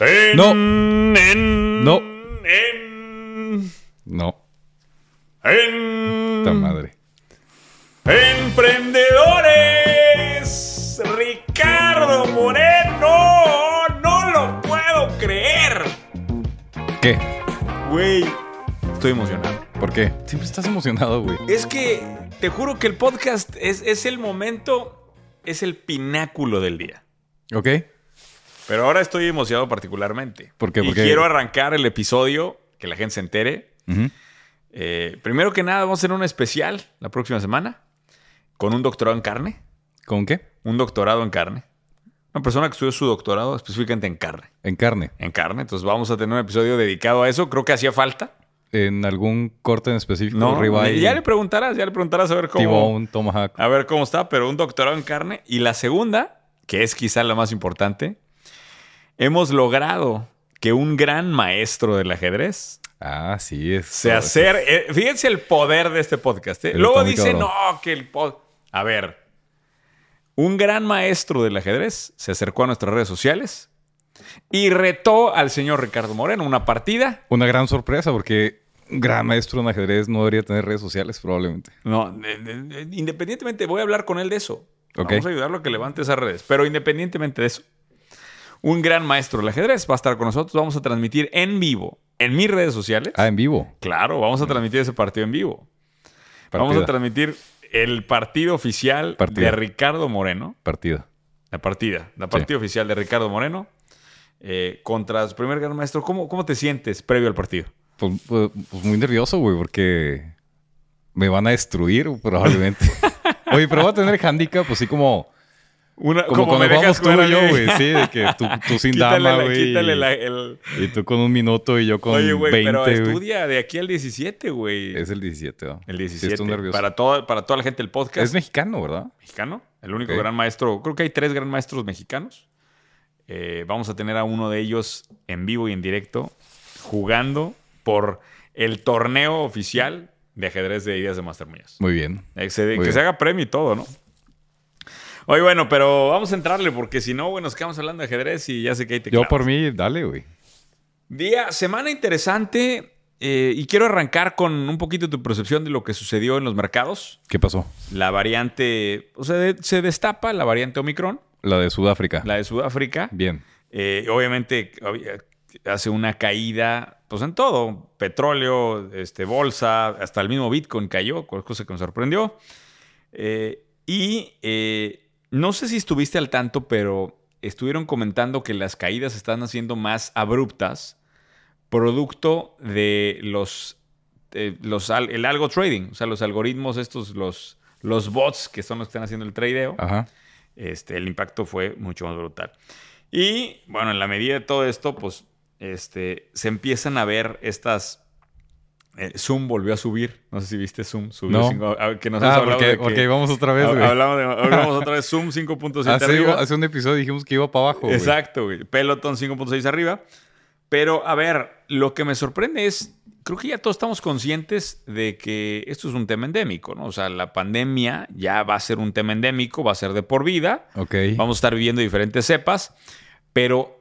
En- No. en- No. En, No, en- esta madre. Emprendedores. Ricardo Moreno. No lo puedo creer. ¿Qué? Güey, estoy emocionado. ¿Por qué? Siempre pues, estás emocionado, güey. Es que te juro que el podcast es, es el momento, es el pináculo del día. ¿Ok? Pero ahora estoy emocionado particularmente. ¿Por qué? Y ¿Por qué? quiero arrancar el episodio, que la gente se entere. Ujú. Eh, primero que nada, vamos a hacer un especial la próxima semana con un doctorado en carne. ¿Con qué? Un doctorado en carne. Una persona que estudió su doctorado específicamente en carne. En carne. En carne. Entonces vamos a tener un episodio dedicado a eso. Creo que hacía falta. ¿En algún corte en específico? No, ribeye, ya le preguntarás, ya le preguntarás a ver cómo, T-bone, tomahawk. A ver cómo está, pero un doctorado en carne. Y la segunda, que es quizá la más importante, hemos logrado que un gran maestro del ajedrez Ah, sí. Es, se acerque. eh, Fíjense el poder de este podcast. ¿eh? Está Luego muy dice, cabrón. no, que el pod. A ver, un gran maestro del ajedrez se acercó a nuestras redes sociales y retó al señor Ricardo Moreno una partida. Una gran sorpresa porque un gran maestro en ajedrez no debería tener redes sociales probablemente. No, de- de- de- independientemente, voy a hablar con él de eso. Ok. Vamos a ayudarlo a que levante esas redes. Pero independientemente de eso, un gran maestro del ajedrez va a estar con nosotros. Vamos a transmitir en vivo en mis redes sociales. Ah, en vivo. Claro, vamos a transmitir ese partido en vivo. Vamos Partida. a transmitir el partido oficial Partida. de Ricardo Moreno. Partida. La partida, la partida oficial de Ricardo Moreno eh, contra su primer gran maestro. ¿Cómo, ¿Cómo te sientes previo al partido? Pues, pues, pues muy nervioso, güey, porque me van a destruir probablemente. Oye, pero voy a tener handicap, pues sí, como, Una, como, me cuando dejas vamos tú jugar a y yo, mí. güey. Sí, de que tú, tú sin Quítale, dama, la- güey. quítale la- Y, el, y tú con un minuto y yo con Oye, güey, 20, pero güey. estudia de aquí al 17, güey. Es el 17, ¿no? el Sí, 17. estoy nervioso. para, todo, para toda la gente del podcast. Es mexicano, ¿verdad? mexicano. El único Ok. gran maestro. Creo que hay tres gran maestros mexicanos. Eh, vamos a tener a uno de ellos en vivo y en directo jugando por el torneo oficial de ajedrez de ideas de Master Muñoz. Muy bien. Eh, que se- que bien. se haga premio y todo, ¿no? Oye, bueno, pero vamos a entrarle porque si no, bueno, nos quedamos hablando de ajedrez y ya sé que ahí te Yo clavas. por mí, dale, güey. Día, semana interesante eh, y quiero arrancar con un poquito tu percepción de lo que sucedió en los mercados. ¿Qué pasó? La variante, o sea, de- se destapa la variante Omicron, La de Sudáfrica. la de Sudáfrica. Bien. Eh, obviamente había- hace una caída, pues en todo, petróleo, este, bolsa, hasta el mismo Bitcoin cayó, cual- cosa que me sorprendió. Eh, y eh, no sé si estuviste al tanto, pero estuvieron comentando que las caídas se están haciendo más abruptas, producto de los, eh, los al- el algo trading, o sea, los algoritmos estos, los, los bots que son los que están haciendo el tradeo Ajá. este, el impacto fue mucho más brutal. Y bueno, en la medida de todo esto, pues este, se empiezan a ver estas. eh, Zoom volvió a subir. No sé si viste Zoom. Subió No. cinco- ah, que nos has Ah, hablado porque, de que- porque íbamos otra vez, hab- güey. hablamos, de- hablamos otra vez Zoom 5.7 Hace, arriba. hace un episodio dijimos que iba para abajo. güey. Exacto, güey. Peloton 5.6 arriba. Pero a ver, lo que me sorprende es, creo que ya todos estamos conscientes de que esto es un tema endémico, ¿no? O sea, la pandemia ya va a ser un tema endémico, va a ser de por vida. Ok. Vamos a estar viviendo diferentes cepas, pero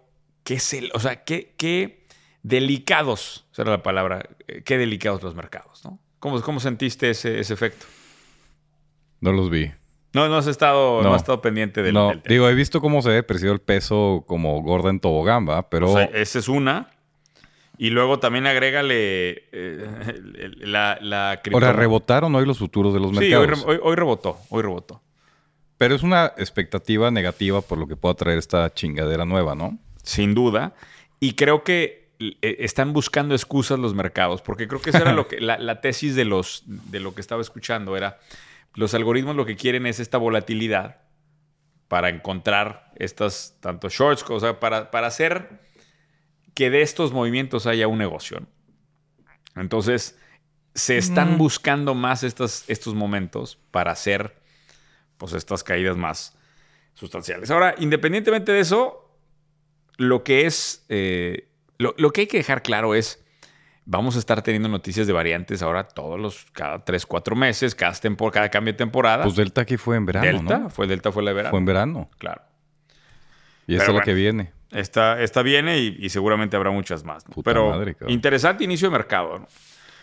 qué, cel- o sea, qué, qué delicados, esa era la palabra, eh, qué delicados los mercados, ¿no? ¿Cómo, cómo sentiste ese, ese efecto? No los vi. No, no has estado, no. No. has estado pendiente del, no, del tema. digo, he visto cómo se ha depreciado el peso como gorda en tobogán, ¿va? Pero O sea, esa es una. Y luego también agrégale eh, el- el- la, la ahora criptomoneda. rebotaron hoy los futuros de los Sí, hoy, mercados. re- hoy- hoy rebotó, hoy rebotó. Pero es una expectativa negativa por lo que pueda traer esta chingadera nueva, ¿no? sin duda. Y creo que eh, están buscando excusas los mercados, porque creo que esa era lo que, la, la tesis de, los, de lo que estaba escuchando, era los algoritmos lo que quieren es esta volatilidad para encontrar estas, tanto shorts, o sea, para, para hacer que de estos movimientos haya un negocio. ¿no? Entonces, se están Mm. buscando más estas, estos momentos para hacer pues, estas caídas más sustanciales. Ahora, independientemente de eso, lo que es. eh, lo, lo que hay que dejar claro es. Vamos a estar teniendo noticias de variantes ahora todos los, cada tres, cuatro meses, cada, tempo- cada cambio de temporada. Pues Delta aquí fue en verano, Ah. Delta, ¿no? fue Delta, fue la de verano. Fue en verano. Claro. Y Pero esta es la bueno. que viene. Esta, esta viene y, y seguramente habrá muchas más. ¿no? Puta Pero madre, cabrón. interesante inicio de mercado. ¿no?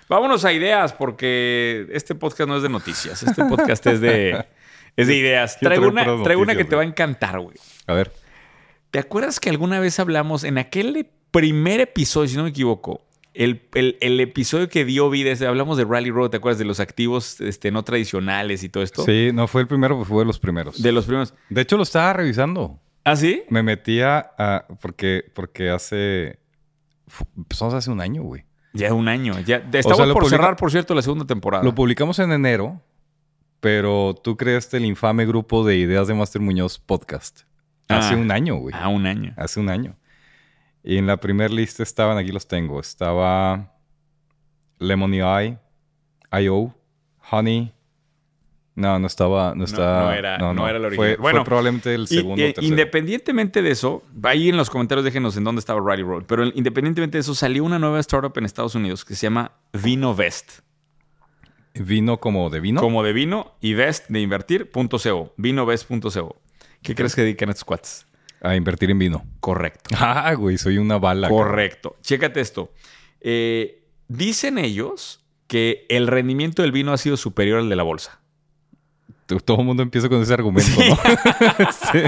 Vámonos a ideas porque este podcast no es de noticias. Este podcast es de, es de ideas. Quiero Traigo traer una, puras traigo una que noticias, te va a güey. encantar, güey. A ver. ¿Te acuerdas que alguna vez hablamos en aquel primer episodio, si no me equivoco? El, el- el episodio que dio vida, este, hablamos de Rally Road, ¿te acuerdas? De los activos este, no tradicionales y todo esto. Sí, no fue el primero, pues fue de los primeros. De los primeros. De hecho, lo estaba revisando. ¿Ah, sí? Me metía a. Porque, porque hace. fu- Empezamos hace un año, güey. Ya un año. Ya. Estaba lo por publica- cerrar, por cierto, la segunda temporada. Lo publicamos en enero, pero tú creaste el infame grupo de ideas de Master Muñoz podcast. Hace Ah. un año, güey. Ah, un año. Hace un año. Y en la primera lista estaban, aquí los tengo, estaba Lemony Eye, I.O., Honey. No, no estaba, no estaba. no era- no era el Fue- original. Fue, Bueno, probablemente el Y- e segundo y- o tercero. independientemente de eso, ahí en los comentarios déjenos en dónde estaba Rally Road, pero independientemente de eso salió una nueva startup en Estados Unidos que se llama Vino Vest, Vino como de vino. como de vino y Vest de invertir.co, vinovest.co. ¿Qué crees que dedican estos cuates? A invertir en vino. Correcto. Ah, güey, soy una bala. Correcto. Chécate esto. Eh, dicen ellos que el rendimiento del vino ha sido superior al de la bolsa. cabrón. Todo el mundo empieza con ese argumento, ¿no? Sí.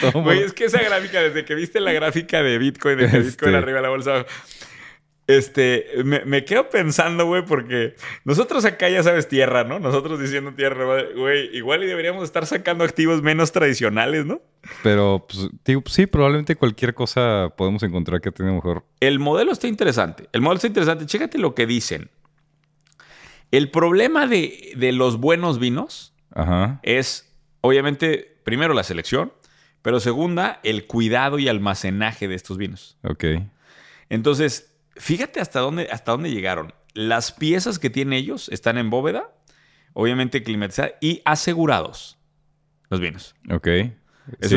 Todo el Güey, mundo- es que esa gráfica, desde que viste la gráfica de Bitcoin, de que Bitcoin Este. arriba de la bolsa, este, me, me quedo pensando, güey, porque nosotros acá ya sabes tierra, ¿no? Nosotros diciendo tierra, güey, igual y deberíamos estar sacando activos menos tradicionales, ¿no? Pero, pues, digo, pues, sí, probablemente cualquier cosa podemos encontrar que tiene mejor. El modelo está interesante. El modelo está interesante. Chécate lo que dicen. El problema de, de los buenos vinos Ajá. es, obviamente, primero la selección, pero segunda, el cuidado y almacenaje de estos vinos. Ok. Entonces, fíjate hasta dónde, hasta dónde llegaron. Las piezas que tienen ellos están en bóveda, obviamente climatizadas y asegurados los vinos. Ok. Eso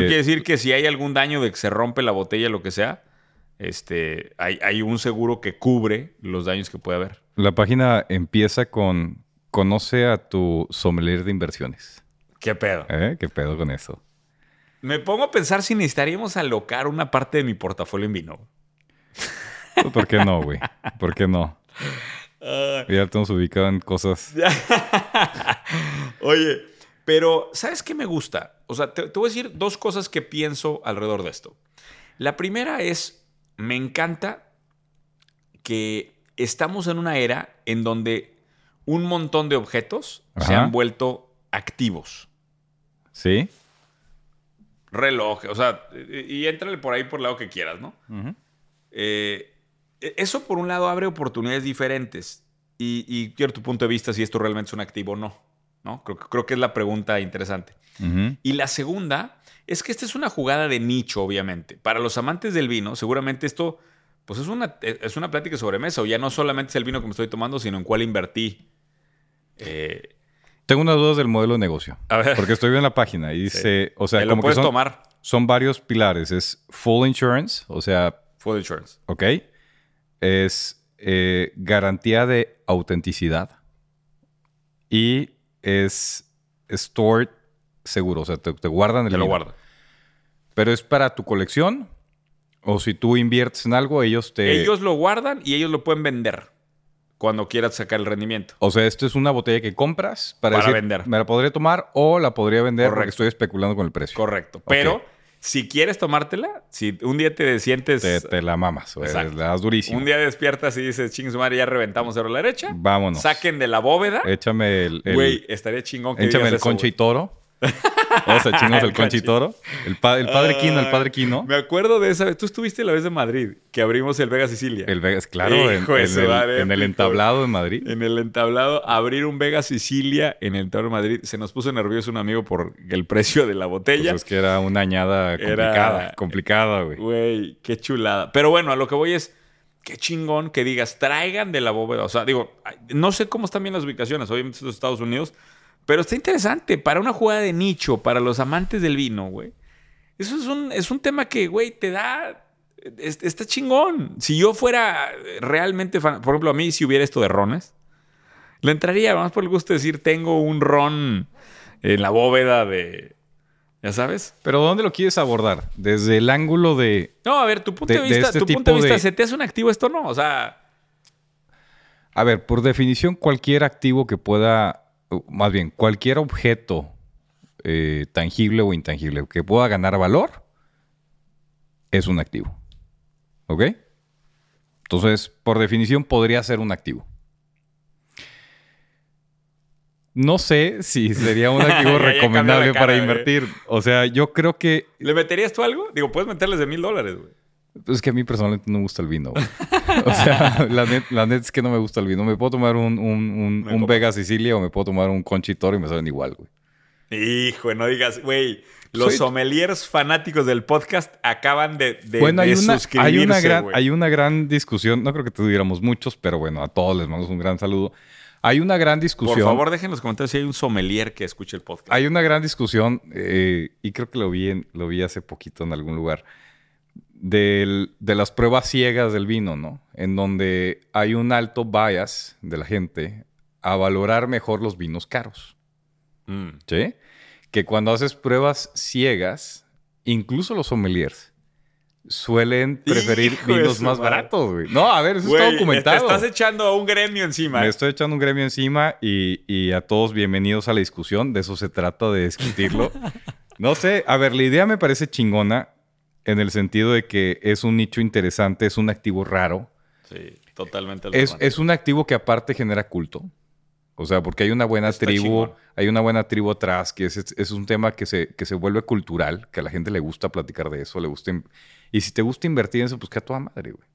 Sí. quiere decir que si hay algún daño de que se rompe la botella, lo que sea, este, hay, hay un seguro que cubre los daños que puede haber. La página empieza con conoce a tu sommelier de inversiones. ¿Qué pedo? ¿Eh? ¿Qué pedo con eso? Me pongo a pensar si necesitaríamos alocar una parte de mi portafolio en vino. Pues, ¿Por qué no, güey? ¿Por qué no? Ah, Ya estamos ubicados en cosas. Oye, pero ¿sabes qué me gusta? O sea, te, te voy a decir dos cosas que pienso alrededor de esto. La primera es, me encanta que estamos en una era en donde un montón de objetos se Ajá. han vuelto activos. ¿Sí? Reloj, o sea, y, y éntrale por ahí por el lado que quieras, ¿no? Eh, eso por un lado abre oportunidades diferentes y, y quiero tu punto de vista si esto realmente es un activo o no, ¿no? Creo, que- creo que es la pregunta interesante. Ujú. Y la segunda es que esta es una jugada de nicho, obviamente. Para los amantes del vino, seguramente esto pues es una, es una plática sobre mesa o ya no solamente es el vino que me estoy tomando, sino en cuál invertí. Eh, Tengo unas dudas del modelo de negocio. a ver, Porque estoy viendo la página y dice, o sea, te lo como que puedes son, tomar. son varios pilares. Es full insurance, o sea, Full insurance. ok. Es eh, garantía de autenticidad. Y es stored seguro, o sea, te, te guardan el Te lo vino. guardo. Pero es para tu colección. O si tú inviertes en algo, ellos te. Ellos lo guardan y ellos lo pueden vender cuando quieras sacar el rendimiento. O sea, esto es una botella que compras para, Para decir, vender. Me la podría tomar o la podría vender porque Correcto. estoy especulando con el precio. Correcto. Pero si quieres tomártela, si un día te sientes, Te, te la mamas, o sea, Exacto. la das durísimo. un día despiertas y dices, ching su madre, ya reventamos cero a la derecha, Vámonos. saquen de la bóveda. Échame el. el- Güey, estaría chingón que échame digas el eso, concha güey. y toro. Vamos a chingarnos el El concha conchi. y toro. El, pa- el padre Quino, el padre Quino. Me acuerdo de esa vez. Tú estuviste la vez de Madrid, que abrimos el Vega Sicilia. El Vegas, claro, en, Hijo de en su el, madre, en el épico. entablado de Madrid. En el entablado, abrir un Vega Sicilia en el Entablado de Madrid. Se nos puso nervioso un amigo por el precio de la botella. Pues es que era una añada Era- complicada, complicada, güey. Güey, qué chulada. Pero bueno, a lo que voy es, qué chingón que digas, traigan de la bóveda. O sea, digo, ay, no sé cómo están bien las ubicaciones, obviamente estos Estados Unidos, pero está interesante para una jugada de nicho, para los amantes del vino, güey. Eso es un, es un tema que, güey, te da... es- Está chingón. Si yo fuera realmente fan, por ejemplo, a mí si hubiera esto de rones, le entraría, más por el gusto de decir, tengo un ron en la bóveda de, ¿Ya sabes? Pero ¿dónde lo quieres abordar? Desde el ángulo de... No, a ver, tu punto de, De- de vista, este tu punto de tipo vista, de- ¿se te hace un activo esto o no? O sea, A ver, por definición, cualquier activo que pueda... o Más bien, cualquier objeto eh, tangible o intangible que pueda ganar valor es un activo. ¿Ok? Entonces, por definición, podría ser un activo. No sé si sería un Ya, activo ya cambió la recomendable cara, eh. para güey. invertir. O sea, yo creo que ¿le meterías tú algo? Digo, puedes meterles de mil dólares, güey. Pues Es que a mí personalmente no me gusta el vino. güey. O sea, la net, la net es que no me gusta el vino. Me puedo tomar un, un, un- Una un copa. Vega Sicilia o me puedo tomar un Conchitoro y me saben igual, güey. Hijo, no digas, güey, los Soy- sommeliers fanáticos del podcast acaban de, de, bueno, hay de una, suscribirse, hay, una gran, güey. hay una gran discusión. No creo que tuviéramos muchos, pero bueno, a todos les mandamos un gran saludo. Hay una gran discusión. Por favor, dejen en los comentarios si hay un sommelier que escuche el podcast. Hay una gran discusión, eh, y creo que lo vi, en- lo vi hace poquito en algún lugar, del- de las pruebas ciegas del vino, ¿no? En donde hay un alto bias de la gente a valorar mejor los vinos caros, Mm. ¿sí? Que cuando haces pruebas ciegas, incluso los sommeliers suelen preferir Hijo de vinos su más madre. baratos, güey. No, a ver, eso Güey, está documentado. Te estás echando a un gremio encima. Me estoy echando un gremio encima y, y a todos bienvenidos a la discusión. De eso se trata de discutirlo. No sé, a ver, la idea me parece chingona en el sentido de que es un nicho interesante, es un activo raro. Sí, totalmente. Es, alternativo. es un activo que aparte genera culto. O sea, porque hay una buena Está tribu, chingón. hay una buena tribu atrás, que es, es- es un tema que se, que se vuelve cultural, que a la gente le gusta platicar de eso, le gusta... in- Y si te gusta invertir en eso, pues que a toda madre, güey.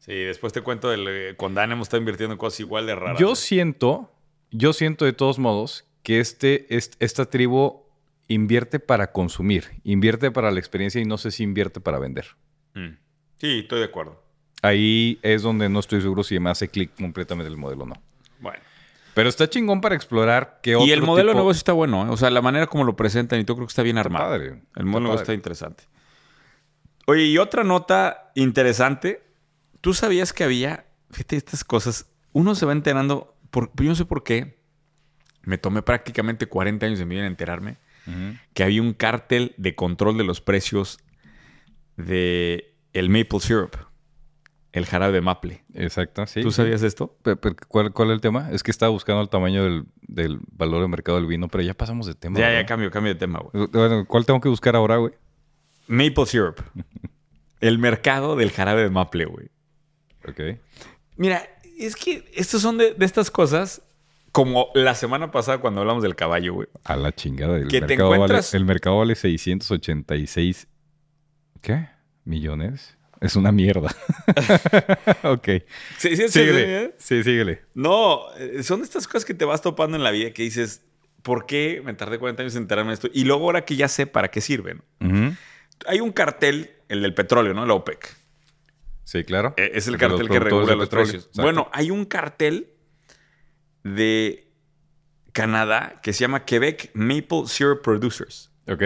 Sí, después te cuento del, eh, cuando Anemo está invirtiendo en cosas igual de raras. Yo güey. siento, yo siento de todos modos que este, est- esta tribu invierte para consumir, invierte para la experiencia y no sé si invierte para vender. Mm. Sí, estoy de acuerdo. Ahí es donde no estoy seguro si me hace clic completamente el modelo o no. Bueno. Pero está chingón para explorar qué otro Y el modelo de tipo- negocio está bueno, ¿eh? o sea, la manera como lo presentan y todo creo que está bien Está armado. padre, El modelo de negocio está padre. interesante. Oye, y otra nota interesante. Tú sabías que había, fíjate, estas cosas, uno se va enterando, por, yo no sé por qué, me tomé prácticamente 40 años de mi vida en enterarme, Ujú. que había un cártel de control de los precios de el maple syrup, el jarabe de maple. Exacto, sí. ¿Tú sí. sabías esto? Pe- pe- ¿Cuál, ¿Cuál es el tema? Es que estaba buscando el tamaño del, del valor de mercado del vino, pero ya pasamos de tema. Ya, ¿verdad? ya, cambio, cambio de tema, güey. Bueno, ¿Cuál tengo que buscar ahora, güey? Maple syrup. El mercado del jarabe de maple, güey. Ok. Mira, es que estos son de, de estas cosas, como la semana pasada cuando hablamos del caballo, güey. A la chingada. El, Que te mercado, encuentras- vale, el mercado vale 686... ¿Qué? ¿Millones? Es una mierda. ok. Sí, sí, sí, Síguele. sí, sí. Sí, síguele. No, eh, son de estas cosas que te vas topando en la vida que dices, ¿por qué me tardé 40 años en enterarme de esto? Y luego ahora que ya sé para qué sirven. Ujú. Hay un cartel, el del petróleo, ¿no? La OPEC. Sí, claro. Eh, Es el De los cartel que productores regula de los petróleo. precios. Exacto. Bueno, hay un cartel de Canadá que se llama Quebec Maple Syrup Producers. Ok.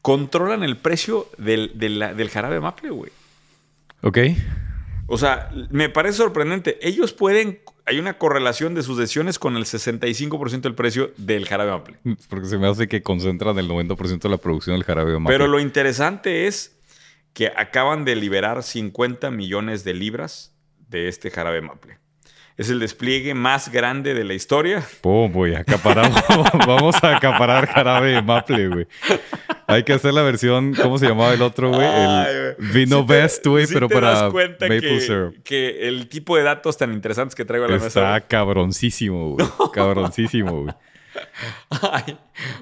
Controlan el precio del, de la- del jarabe de maple, güey. Ok. O sea, me parece sorprendente. Ellos pueden. Hay una correlación de sus decisiones con el 65% del precio del jarabe maple. Porque se me hace que concentran el 90% de la producción del jarabe de maple. Pero lo interesante es que acaban de liberar 50 millones de libras de este jarabe maple. Es el despliegue más grande de la historia. Pum, güey, acaparamos. Vamos a acaparar jarabe de maple, güey. Hay que hacer la versión, ¿cómo se llamaba el otro, güey? Ay, El vino best, güey, Sí pero te para das cuenta maple que, syrup. que el tipo de datos tan interesantes que traigo a la Está mesa. cabroncísimo, güey. Cabroncísimo, güey. Ay.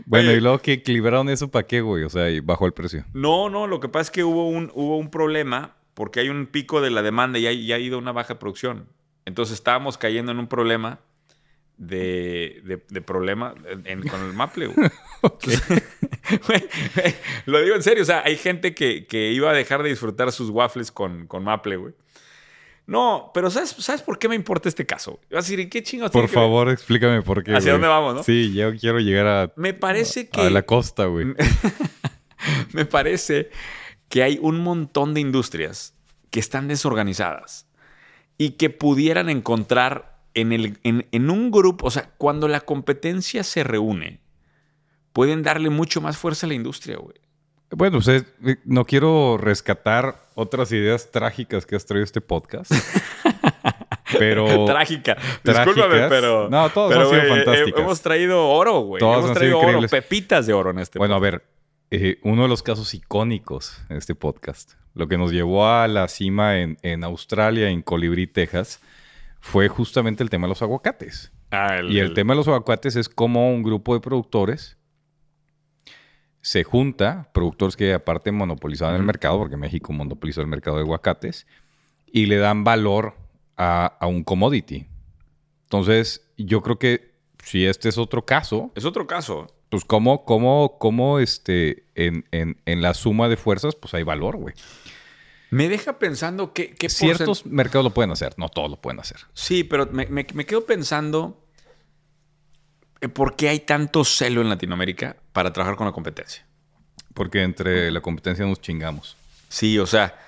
Bueno, Oye. y luego que equilibraron eso para qué, güey. O sea, y bajó el precio. No, no, lo que pasa es que hubo un, hubo un problema porque hay un pico de la demanda y ha, y ha ido una baja producción. Entonces estábamos cayendo en un problema de, de- de problema en- con el maple. güey. Güey, güey, lo digo en serio, o sea, hay gente que, que iba a dejar de disfrutar sus waffles con, con maple, güey. No, pero ¿sabes, ¿sabes por qué me importa este caso? Vas a decir, ¿qué chingados tiene Por que ver? favor, explícame por qué. ¿Hacia güey. dónde vamos, no? Sí, yo quiero llegar a, Me parece que... Mm. a la costa, güey. me parece que hay un montón de industrias que están desorganizadas y que pudieran encontrar en, el, en, en un grupo, o sea, cuando la competencia se reúne, pueden darle mucho más fuerza a la industria, güey. Bueno, pues es- no quiero rescatar otras ideas trágicas que has traído este podcast. pero Trágica. Trágicas. Discúlpame, pero. No, todas pero, han sido güey, he- fantásticas. Hemos traído oro, güey. Todas hemos han sido traído oro, increíbles. pepitas de oro en este bueno, a ver, eh, uno de los casos icónicos en este podcast, lo que nos llevó a la cima en, en Australia, en Colibrí, Texas, fue justamente el tema de los aguacates. Ah, el- Y el el- tema de los aguacates es cómo un grupo de productores se junta, productores que aparte monopolizaban el Ujú. mercado, porque México monopolizó el mercado de aguacates, y le dan valor a, a un commodity. Entonces, yo creo que si este es otro caso, Es otro caso. pues cómo, cómo, cómo este, en, en- en la suma de fuerzas, pues hay valor, güey. Me deja pensando que. que Ciertos mercados lo pueden hacer, no todos lo pueden hacer. Sí, pero me, me- me quedo pensando eh, por qué hay tanto celo en Latinoamérica para trabajar con la competencia. Porque entre la competencia nos chingamos. Sí, o sea,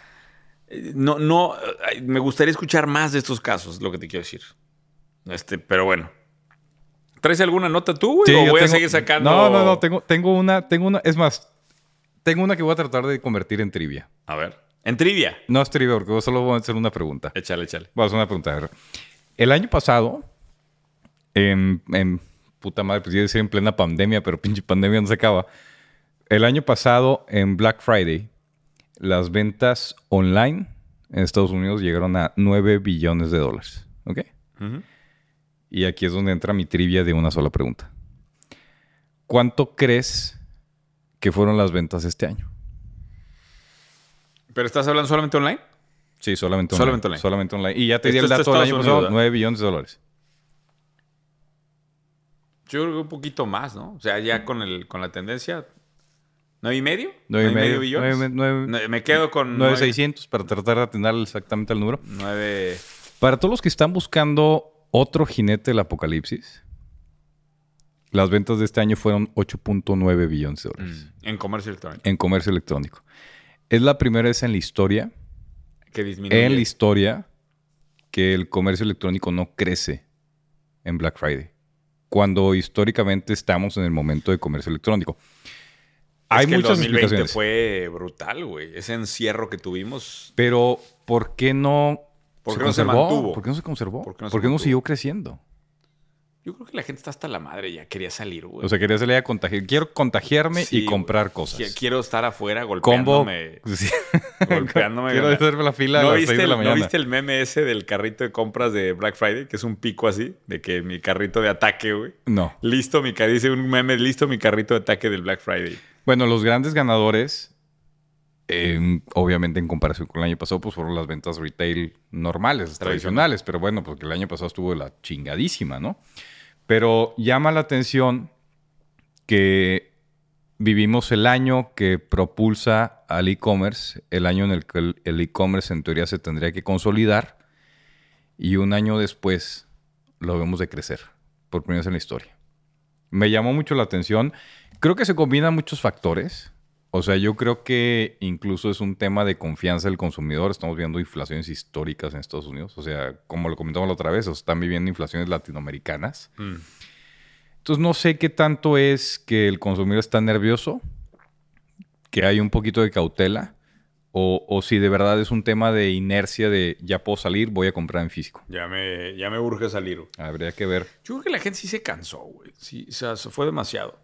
eh, no, no, eh, me gustaría escuchar más de estos casos, es lo que te quiero decir. Este, pero bueno. ¿Traes alguna nota tú, güey? Sí, o yo voy a tengo- seguir sacando. No, no, no. Tengo, tengo una, tengo una. Es más, tengo una que voy a tratar de convertir en trivia. A ver. En trivia. No es trivia, porque solo voy a hacer una pregunta. Échale, échale. Voy a hacer una pregunta. a ver. El año pasado, en, en- puta madre, pues iba a decir en plena pandemia, pero pinche pandemia no se acaba. El año pasado, en Black Friday, las ventas online en Estados Unidos llegaron a 9 billones de dólares. ¿Ok? Ujú. Y aquí es donde entra mi trivia de una sola pregunta. ¿Cuánto crees que fueron las ventas este año? ¿Pero estás hablando solamente online? Sí, solamente online. Solamente online. Solamente online. Y ya te di Esto es el de dato del Estados año pasado, Unidos, ¿eh? 9 billones de dólares. Yo creo que un poquito más, ¿no? O sea, ya con, el, con la tendencia. ¿Nueve y medio? 9 ¿Nueve billones? Ne- Me quedo con nueve- 9,600 para tratar de atinar exactamente el número. nueve- Para todos los que están buscando otro jinete del apocalipsis, las ventas de este año fueron 8.9 billones de dólares Mm, en comercio electrónico. en comercio electrónico. Es la primera vez en la historia Que disminuye. en la historia que el comercio electrónico no crece en Black Friday. Cuando históricamente estamos en el momento de comercio electrónico. Es Hay que muchas el 2020 explicaciones. fue brutal, güey. Ese encierro que tuvimos. Pero, ¿por qué no, ¿Por qué no se mantuvo? ¿Por qué no se conservó? ¿Por ¿Por qué qué no no, se mantuvo? siguió creciendo? Yo creo que la gente está hasta la madre ya. Quería salir, güey. O sea, quería salir a contagiar. Quiero contagiarme pues. Sí, y comprar güey. cosas. Qui- Quiero estar afuera Combo. golpeándome. Sí. golpeándome Quiero ganas. hacerme la fila ¿No a las 6 viste, de el, la no mañana. viste el meme ese del carrito de compras de Black Friday? Que es un pico así, de que mi carrito de ataque, güey. No. Listo mi carrito, dice un meme, listo mi carrito de ataque del Black Friday. Bueno, los grandes ganadores, eh, obviamente en comparación con el año pasado, pues fueron las ventas retail normales, tradicionales, pero bueno, porque el año pasado estuvo de la chingadísima, ¿no? Pero llama la atención que vivimos el año que propulsa al e-commerce, el año en el que el- el e-commerce en teoría se tendría que consolidar, y un año después lo vemos de crecer, por primera vez en la historia. Me llamó mucho la atención. Creo que se combinan muchos factores. O sea, yo creo que incluso es un tema de confianza del consumidor. Estamos viendo inflaciones históricas en Estados Unidos. O sea, como lo comentamos la otra vez, o sea, están viviendo inflaciones latinoamericanas. Mm. Entonces no sé qué tanto es que el consumidor está nervioso, que hay un poquito de cautela, o, o si de verdad es un tema de inercia de ya puedo salir, voy a comprar en físico. Ya me, ya me urge salir. güey. Habría que ver. Yo creo que la gente sí se cansó, güey. Sí, o sea, se fue demasiado.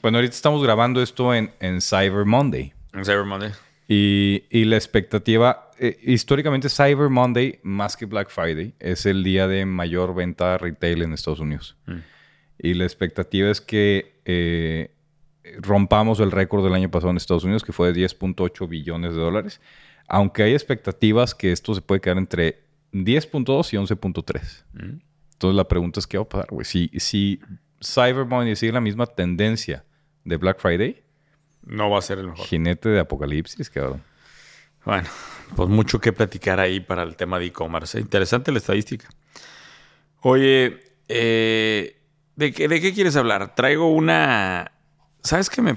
Bueno, ahorita estamos grabando esto en, en Cyber Monday. En Cyber Monday. Y, y la expectativa, eh, históricamente Cyber Monday, más que Black Friday, es el día de mayor venta retail en Estados Unidos. Mm. Y la expectativa es que eh, rompamos el récord del año pasado en Estados Unidos, que fue de 10.8 billones de dólares, aunque hay expectativas que esto se puede quedar entre 10.2 y 11.3. Mm. Entonces la pregunta es, ¿qué va a pasar? güey? Si, si Cyber Monday sigue la misma tendencia de Black Friday, No va a ser el mejor. jinete de apocalipsis, cabrón. Bueno, pues mucho que platicar ahí para el tema de e-commerce. ¿eh? Interesante la estadística. Oye, eh, ¿de, qué, de qué quieres hablar? Traigo una... ¿Sabes qué? Me,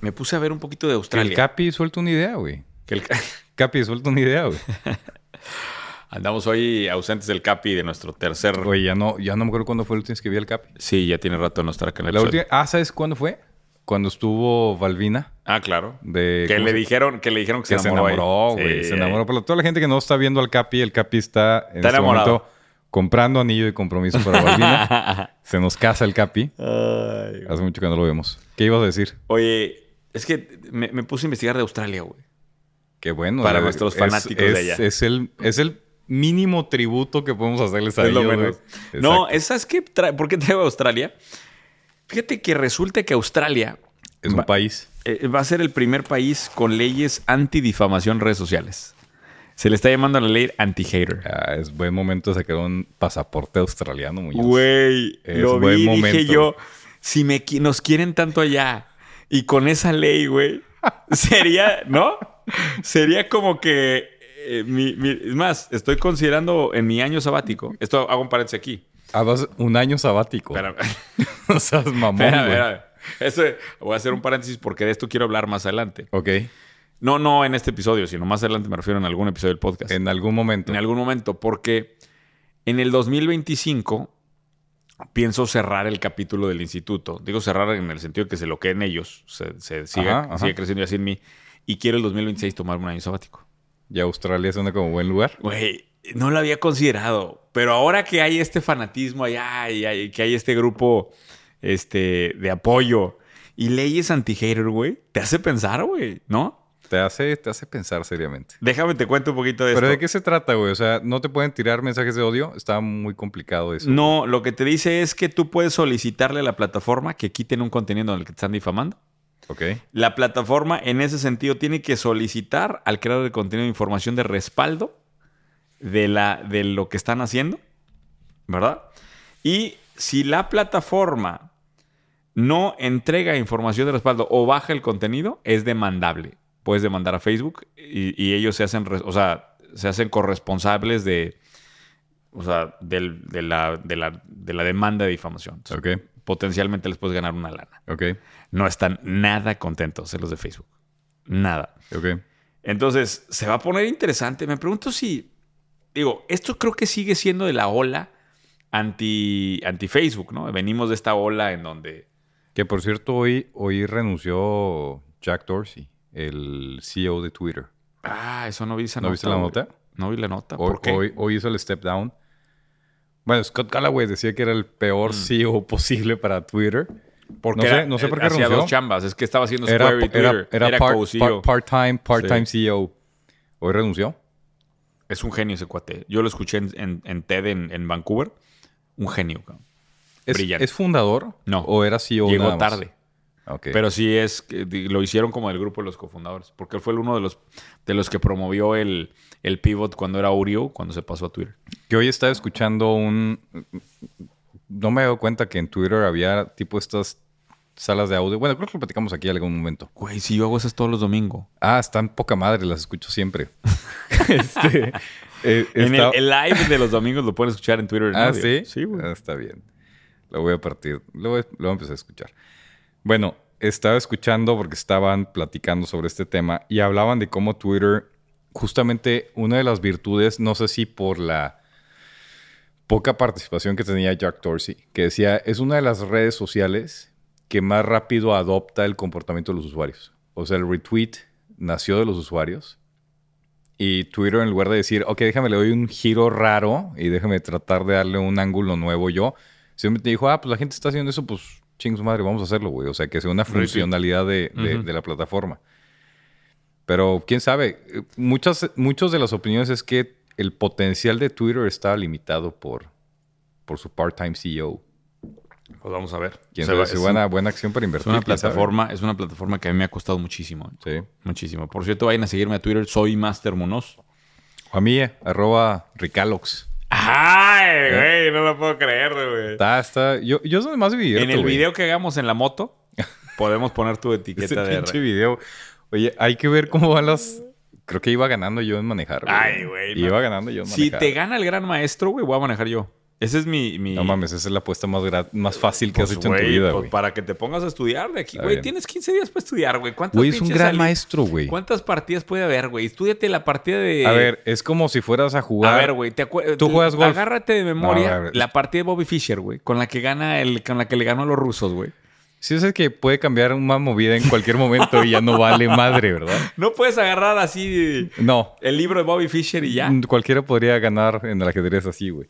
me puse a ver un poquito de Que el Australia. Capi suelta una idea, güey. Que el ca- Capi suelta una idea, güey. Andamos hoy ausentes del Capi de nuestro tercer... Güey, ya no, ya no me acuerdo cuándo fue la última vez que vi al Capi. Sí, ya tiene rato de no estar acá en el La episodio. última, ah, ¿sabes cuándo fue? cuando estuvo Valvina. Ah, claro. De, Que ¿cómo le se- dijeron que, le dijeron que, que se enamoró, ahí. güey. Sí, se enamoró. Pero toda la gente que no está viendo al Capi, el Capi está en Está este enamorado. momento comprando anillo y compromiso para Valvina. se nos casa el Capi. Ay, güey. Hace mucho que no lo vemos. ¿Qué ibas a decir? Oye, es que me, me puse a investigar de Australia, güey. Qué bueno. Para eh, nuestros es- fanáticos de es- allá. Es el, es el mínimo tributo que podemos hacerles a Es lo ellos, menos. güey. No, Exacto. es- ¿sabes qué? trae- ¿Por qué traigo a Australia? Fíjate que resulta que Australia es un va- país. eh, va a ser el primer país con leyes antidifamación en redes sociales. Se le está llamando la ley anti-hater. Ah, es buen momento de sacar un pasaporte australiano, Muñoz. Güey, Es lo buen vi, y momento. dije yo, si me, qui- nos quieren tanto allá y con esa ley, güey, sería, ¿no? Sería como que, eh, mi- mi- es más, estoy considerando en mi año sabático, esto hago un paréntesis aquí, Ah, vas- un año sabático. Espérame. no seas mamón, güey. Espérame, espérame. Eso, voy a hacer un paréntesis porque de esto quiero hablar más adelante. Ok. No, no en este episodio, sino más adelante me refiero en algún episodio del podcast. En, En algún momento. algún momento, porque en el 2025 pienso cerrar el capítulo del instituto. Digo cerrar en el sentido que se lo queden ellos, se, se siga, Ajá, ajá. sigue creciendo y así en mí. Y quiero el 2026 tomarme un año sabático. Y Australia suena como buen lugar. Güey, no lo había considerado. Pero ahora que hay este fanatismo allá y hay- que hay este grupo este, de apoyo y leyes anti-hater, güey, te hace pensar, güey, ¿no? Te hace, te hace pensar seriamente. Déjame te cuento un poquito de ¿Pero esto. de qué se trata, güey? O sea, ¿no te pueden tirar mensajes de odio? Está muy complicado eso. No, lo que te dice es que tú puedes solicitarle a la plataforma que quiten un contenido en el que te están difamando. Ok. La plataforma en ese sentido tiene que solicitar al creador de contenido información de respaldo de, la, de lo que están haciendo, ¿verdad? Y si la plataforma no entrega información de respaldo o baja el contenido, es demandable. Puedes demandar a Facebook y, y ellos se hacen, res- o sea, se hacen corresponsables de, o sea, del- de, la, de la- de la demanda de difamación. Entonces, Ok. Potencialmente les puedes ganar una lana Ok. no están nada contentos en los de Facebook. Nada. Ok. Entonces, se va a poner interesante. Me pregunto si, digo, esto creo que sigue siendo de la ola anti, anti Facebook, ¿no? Venimos de esta ola en donde... Que por cierto, hoy, hoy renunció Jack Dorsey, el CEO de Twitter. Ah, eso no vi esa ¿No nota, viste la güey. nota? No vi la nota. Hoy, Ah, ¿Por qué? hoy- hoy hizo el step down. Bueno, Scott Calloway decía que era el peor CEO posible para Twitter. Mm. Porque no sé- era- no sé por qué hacía renunció. dos chambas. Es que estaba haciendo Era, Square y Twitter. Era, part, co-CEO. time part-time CEO. Hoy renunció. Es un genio ese cuate. Yo lo escuché en, en- en TED en, en Vancouver. Un genio. cabrón. ¿Es, Brillante. es fundador? No. ¿O era CEO Llegó nada más? tarde. Ok. Pero sí es que di- lo hicieron como el grupo de los cofundadores, porque él fue el uno de los de los que promovió el, el pivot cuando era Oreo, cuando se pasó a Twitter. Que hoy estaba escuchando un... No me he dado cuenta que en Twitter había tipo estas salas de audio. Bueno, creo que lo platicamos aquí en algún momento. Güey, si yo hago esas todos los domingos. Ah, están poca madre, las escucho siempre. Este, eh, En el, está- el live de los domingos lo pueden escuchar en Twitter. en ah, audio. sí. Sí, güey. Ah, está bien. Lo voy a partir. Lo voy, lo voy a empezar a escuchar. Bueno, estaba escuchando porque estaban platicando sobre este tema y hablaban de cómo Twitter, justamente una de las virtudes, no sé si por la poca participación que tenía Jack Dorsey, que decía, es una de las redes sociales que más rápido adopta el comportamiento de los usuarios. O sea, el retweet nació de los usuarios y Twitter, en lugar de decir, ok, déjame, le doy un giro raro y déjame tratar de darle un ángulo nuevo yo, simplemente dijo, ah, pues la gente está haciendo eso, pues ching su madre, vamos a hacerlo, güey. O sea, que sea una Retweet. funcionalidad de, de- Ujú. de la plataforma. Pero quién sabe, Eh, muchas, muchas de las opiniones es que el potencial de Twitter estaba limitado por, por su part-time E CEO. Pues vamos a ver. Quién O sea, sabe, es, si un- buena, buena acción para es invertir. una quién sabe. plataforma, es una plataforma que a mí me ha costado muchísimo. eh. Sí. Muchísimo. Por cierto, vayan a seguirme a Twitter, soy Master Munoz. A mí, eh, arroba Ricalox. Ay, güey, no lo puedo creer, güey. ¿Eh? Está, está. Yo, yo soy más video. En el video que hagamos en la moto, podemos poner tu Ese etiqueta de pinche video. Oye, hay que ver cómo van las. Creo que iba ganando yo en manejar. Ay, güey, no. Iba ganando yo en Si manejar. te gana el gran maestro, güey, voy a manejar yo. Ese es mi. mi No mames, esa es la apuesta más, gra- más fácil que pues, has hecho en tu güey, vida, pues, güey. para que te pongas a estudiar de aquí, Está güey. bien. Tienes 15 días para estudiar, güey. ¿Cuántas Güey, es un pinches gran sali- maestro, güey. ¿Cuántas partidas puede haber, güey? Estúdiate la partida de. A ver, es como si fueras a A jugar. ver, güey, te acuer- Tú juegas golf. Agárrate de memoria No, a ver. la partida de Bobby Fischer, güey, con la que gana el, con la que le ganó a los rusos, güey. Sí, es el que puede cambiar una movida en cualquier momento y ya no vale madre, ¿verdad? No puedes agarrar así No, el libro de Bobby Fischer y ya. Mm, Cualquiera podría ganar en el ajedrez así, güey.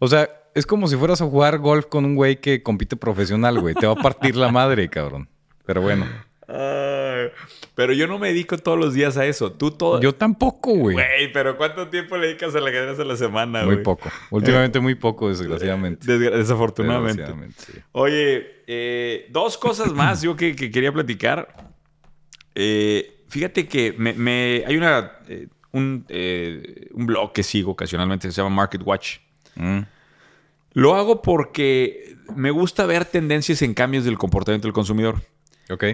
O sea, es como si fueras a jugar golf con un güey que compite profesional, güey. Te va a partir la madre, cabrón. Pero bueno. Ay, pero yo no me dedico todos los días a eso. Tú todo. Yo tampoco, güey. Güey, pero ¿cuánto tiempo le dedicas a la ajedrez a la semana, Muy güey? poco. Últimamente muy poco, desgraciadamente. Desgra- desafortunadamente. Desgraciadamente, sí. Oye, eh, dos cosas más yo que, que quería platicar. Eh, fíjate que me, me- hay una, eh, un, eh, un blog que sigo ocasionalmente, se llama Market Watch. Mm. Lo hago porque me gusta ver tendencias en cambios del comportamiento del consumidor. Ok.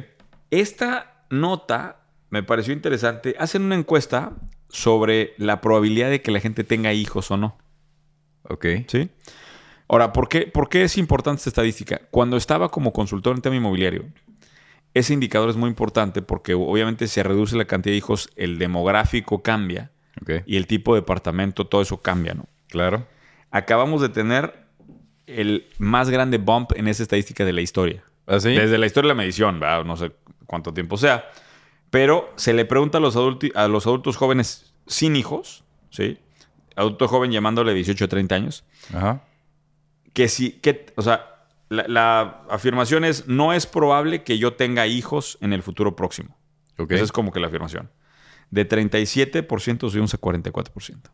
Esta nota me pareció interesante. Hacen una encuesta sobre la probabilidad de que la gente tenga hijos o no. Ok. ¿Sí? Ahora, ¿por qué, ¿por qué es importante esta estadística? Cuando estaba como consultor en tema inmobiliario, ese indicador es muy importante porque obviamente se reduce la cantidad de hijos, el demográfico cambia Ok. y el tipo de departamento, todo eso cambia, ¿no? Claro. Acabamos de tener el más grande bump en esa estadística de la historia. Así. Desde la historia de la medición, ¿verdad? no sé cuánto tiempo sea. Pero se le pregunta a los, adulti- a los adultos jóvenes sin hijos, ¿sí? Adulto joven llamándole 18 a 30 años, Ajá. que sí, que, o sea, la, la afirmación es, no es probable que yo tenga hijos en el futuro próximo. Ok. Esa es como que la afirmación. De 37% subimos a 44%.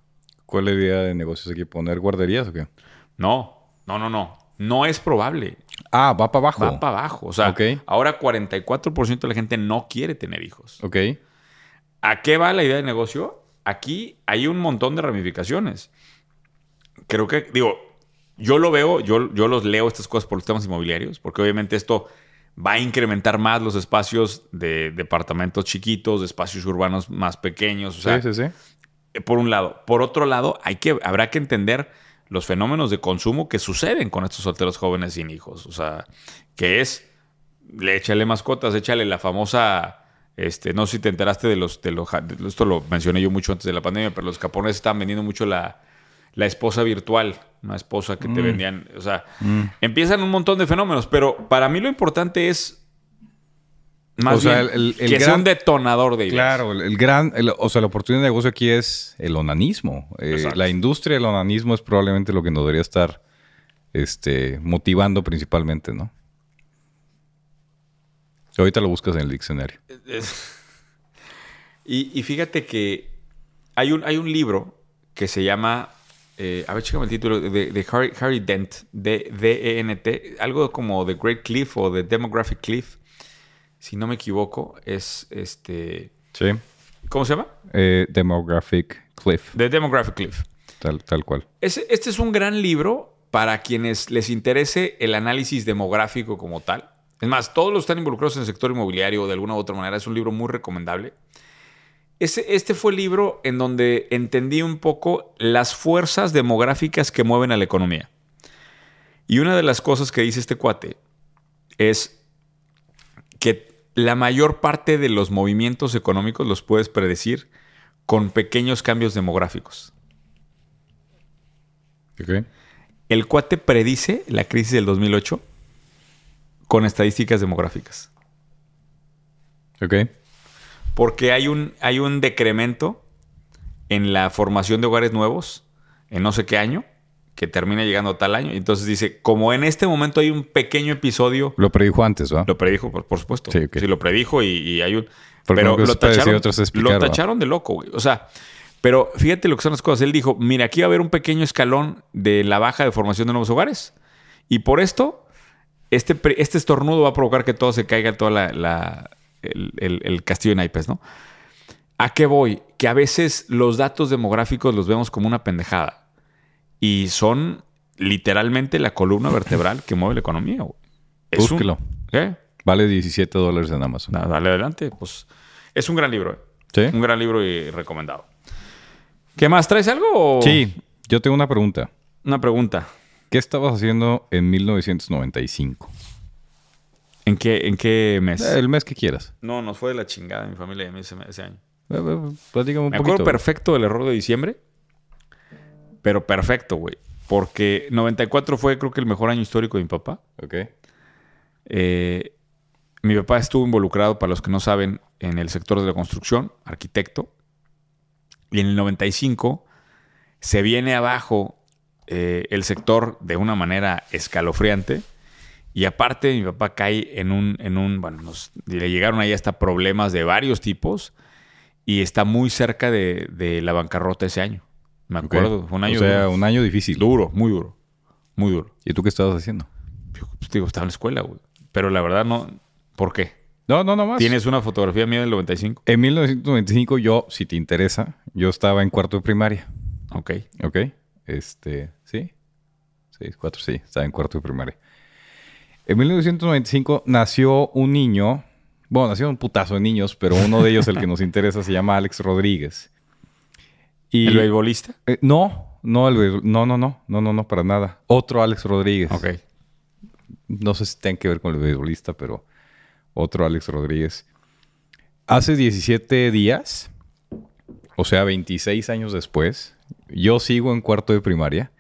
¿Cuál es la idea de negocios aquí? ¿Poner guarderías o qué? No, no, no, no. No es probable. Ah, va para abajo. Va para abajo. O sea, Ok. ahora 44% de la gente no quiere tener hijos. Ok. ¿A qué va la idea de negocio? Aquí hay un montón de ramificaciones. Creo que, digo, yo lo veo, yo, yo los leo estas cosas por los temas inmobiliarios, porque obviamente esto va a incrementar más los espacios de departamentos chiquitos, de espacios urbanos más pequeños. O sea, sí, sí, sí. eh, por un lado. Por otro lado, hay que, habrá que entender los fenómenos de consumo que suceden con estos solteros jóvenes sin hijos. O sea, que es, le échale mascotas, échale la famosa, este, no sé si te enteraste de los, de los, ja- de- esto lo mencioné yo mucho antes de la pandemia, pero los japoneses estaban vendiendo mucho la, la esposa virtual, una esposa Mm. que te vendían, o sea, empiezan un montón de fenómenos, pero para mí lo importante es... Más O sea, bien, el- el que sea gran- un detonador de ideas. Claro, el, el gran, el- o sea, la oportunidad de negocio aquí es el onanismo. Eh, Exacto. la industria del onanismo es probablemente lo que nos debería estar este, motivando principalmente, ¿no? Ahorita lo buscas en el diccionario. Es- Y, y fíjate que hay un, hay un libro que se llama, eh, a ver, chécame el título, de, de Harry, Harry Dent, de D-E-N-T, algo como The Great Cliff o The Demographic Cliff, si no me equivoco, es este, Sí. ¿cómo se llama? Eh, demographic Cliff, The Demographic Cliff. tal, tal cual. Ese- este es un gran libro para quienes les interese el análisis demográfico como tal. Es más, todos los que están involucrados en el sector inmobiliario de alguna u otra manera. Es un libro muy recomendable. Ese- este fue el libro en donde entendí un poco las fuerzas demográficas que mueven a la economía. Y una de las cosas que dice este cuate es que la mayor parte de los movimientos económicos los puedes predecir con pequeños cambios demográficos. Ok. El cuate predice la crisis del 2008 con estadísticas demográficas. Ok. Porque hay un, hay un decremento en la formación de hogares nuevos en no sé qué año, que termina llegando a tal año. Y entonces dice, como en este momento hay un pequeño episodio, Lo predijo antes, ¿va? lo predijo, por, por supuesto. Sí, ok. lo predijo y, y hay un... Porque pero uno que lo es predecir, tacharon, otro es explicar, lo ¿va? tacharon de loco, güey. O sea, pero fíjate lo que son las cosas. Él dijo, mira, aquí va a haber un pequeño escalón de la baja de formación de nuevos hogares. Y por esto, este, pre- este estornudo va a provocar que todo se caiga, toda la, la- el, el- el castillo de naipes, ¿no? ¿A qué voy? Que a veces los datos demográficos los vemos como una pendejada. Y son literalmente la columna vertebral que mueve la economía, güey. Es un- Búsquelo. ¿Qué? Vale 17 dólares en Amazon. Nada, dale adelante. Pues es un gran libro, ¿eh? ¿Sí? un gran libro y recomendado. ¿Qué más? ¿Traes algo? o Sí. Yo tengo una pregunta. Una pregunta. ¿Qué estabas haciendo en 1995? ¿En qué, en qué mes? Eh, El mes que quieras. No, nos fue de la chingada mi familia y a mí ese, ese año. Eh, eh, Platícame un Me poquito. acuerdo güey. perfecto del error de diciembre, pero perfecto, güey. Porque 94 fue creo que el mejor año histórico de mi papá. Ok. Eh, mi papá estuvo involucrado, para los que no saben, en el sector de la construcción, arquitecto. Y en el 95 se viene abajo eh, el sector de una manera escalofriante. Y aparte, mi papá cae en un, en un bueno, nos, le llegaron ahí hasta problemas de varios tipos y está muy cerca de, de la bancarrota ese año. Me acuerdo, Ok. fue un año o sea, duro. un año difícil. duro, muy duro, muy duro. ¿Y tú qué estabas haciendo? Yo, pues, digo, estaba en la escuela, güey. Pero la verdad no, ¿por qué? No, no, no más. ¿Tienes una fotografía mía del 95? En 1995 yo, si te interesa, yo estaba en cuarto de primaria. Ok. ¿Ok? Este, ¿sí? Seis, cuatro, sí. Estaba en cuarto de primaria. En 1995 nació un niño. Bueno, nació un putazo de niños, pero uno de ellos, el que nos interesa, se llama Alex Rodríguez. Y, ¿El beisbolista? eh, no, no, el beisbol- no, no, no, no, no, no, para nada. Otro Alex Rodríguez. Ok. no sé si tenga que ver con el beisbolista, pero otro Alex Rodríguez. Hace 17 días, o sea, 26 años después, yo sigo en cuarto de primaria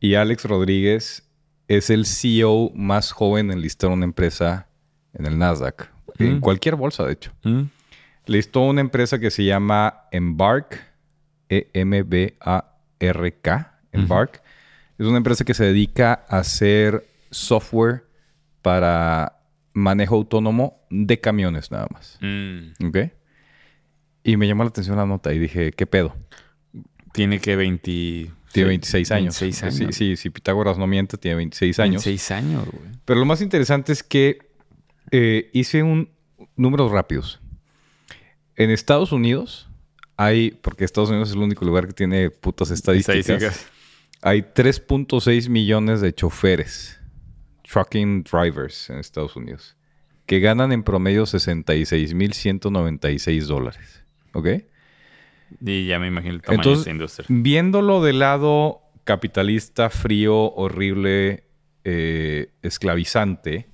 y Alex Rodríguez es el CEO más joven en listar una empresa en el Nasdaq, en Mm. cualquier bolsa, de hecho. Mm. Listó una empresa que se llama Embark, E E-M-B-A-R-K, Embark. Es una empresa que se dedica a hacer software para manejo autónomo de camiones nada más. Mm. ¿Ok? Y me llamó la atención la nota y dije, ¿qué pedo? Tiene que 20... Tiene 26 años. 26 años. Sí, sí, si Pitágoras no miente, tiene 26 años. 26 años, güey. Pero lo más interesante es que eh, hice un números rápidos. En Estados Unidos hay, porque Estados Unidos es el único lugar que tiene putas estadísticas, Estadísticas. hay 3.6 millones de choferes, trucking drivers en Estados Unidos, que ganan en promedio 66.196 dólares. ¿Ok? Y ya me imagino el tamaño de Entonces- esta industria. Viéndolo del lado capitalista, frío, horrible, eh, esclavizante,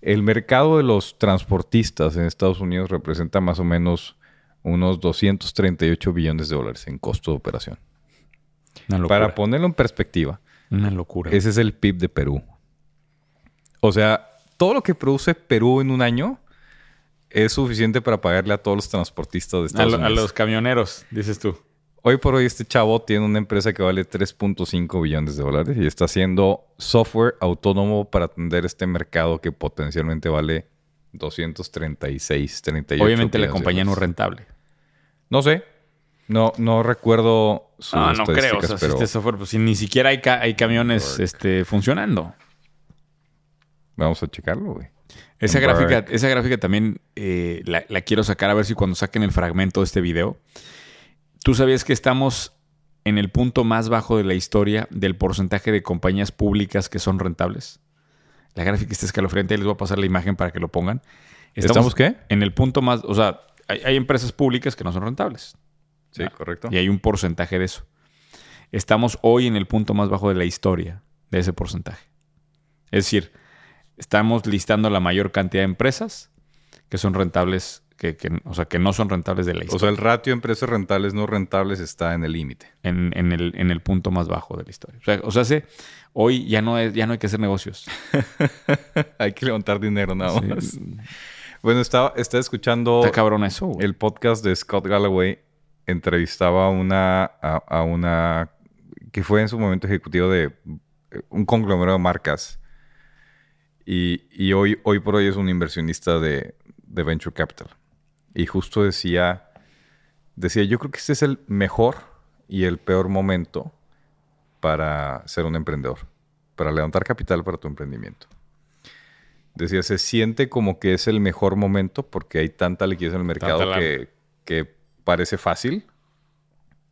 el mercado de los transportistas en Estados Unidos representa más o menos unos 238 billones de dólares en costo de operación. Una locura. Para ponerlo en perspectiva, Una locura. ese es el PIB de Perú. O sea, todo lo que produce Perú en un año es suficiente para pagarle a todos los transportistas de a, Estados lo- a Unidos. los camioneros, dices tú. Hoy por hoy este chavo tiene una empresa que vale 3.5 billones de dólares y está haciendo software autónomo para atender este mercado que potencialmente vale 236, 38 Obviamente la billones de compañía no es dólares. rentable. No sé. No, no recuerdo sus Ah, no creo. O estadísticas, sea, si pero este software, pues si ni siquiera hay, ca- hay camiones Work. este, funcionando. vamos a checarlo, güey. Esa Embark. gráfica, esa gráfica también eh, la, la quiero sacar a ver si cuando saquen el fragmento de este video. Tú sabías que estamos en el punto más bajo de la historia del porcentaje de compañías públicas que son rentables. La gráfica está escalofriante, ahí les voy a pasar la imagen para que lo pongan. ¿Estamos, qué? en el punto más, o sea, hay, hay empresas públicas que no son rentables Sí, correcto. y hay un porcentaje de eso. Estamos hoy en el punto más bajo de la historia de ese porcentaje. Es decir, estamos listando la mayor cantidad de empresas que son rentables, que, que- o sea, que no son rentables de la O sea, historia. el ratio de empresas rentables no rentables está en el límite. en, en el, en el punto más bajo de la historia. O sea, o sea, se- hoy ya no, es, ya no hay que hacer negocios. Hay que levantar dinero nada Sí. más. Bueno, estaba, estaba escuchando Está cabrón eso, güey. El podcast de Scott Galloway entrevistaba a una, a, a una que fue en su momento ejecutivo de eh, un conglomerado de marcas. Y, y hoy, hoy por hoy es un inversionista de, de Venture Capital. Y justo decía, decía, yo creo que este es el mejor y el peor momento para ser un emprendedor, para levantar capital para tu emprendimiento. Decía, se siente como que es el mejor momento porque hay tanta liquidez en el mercado lana. que, que parece fácil.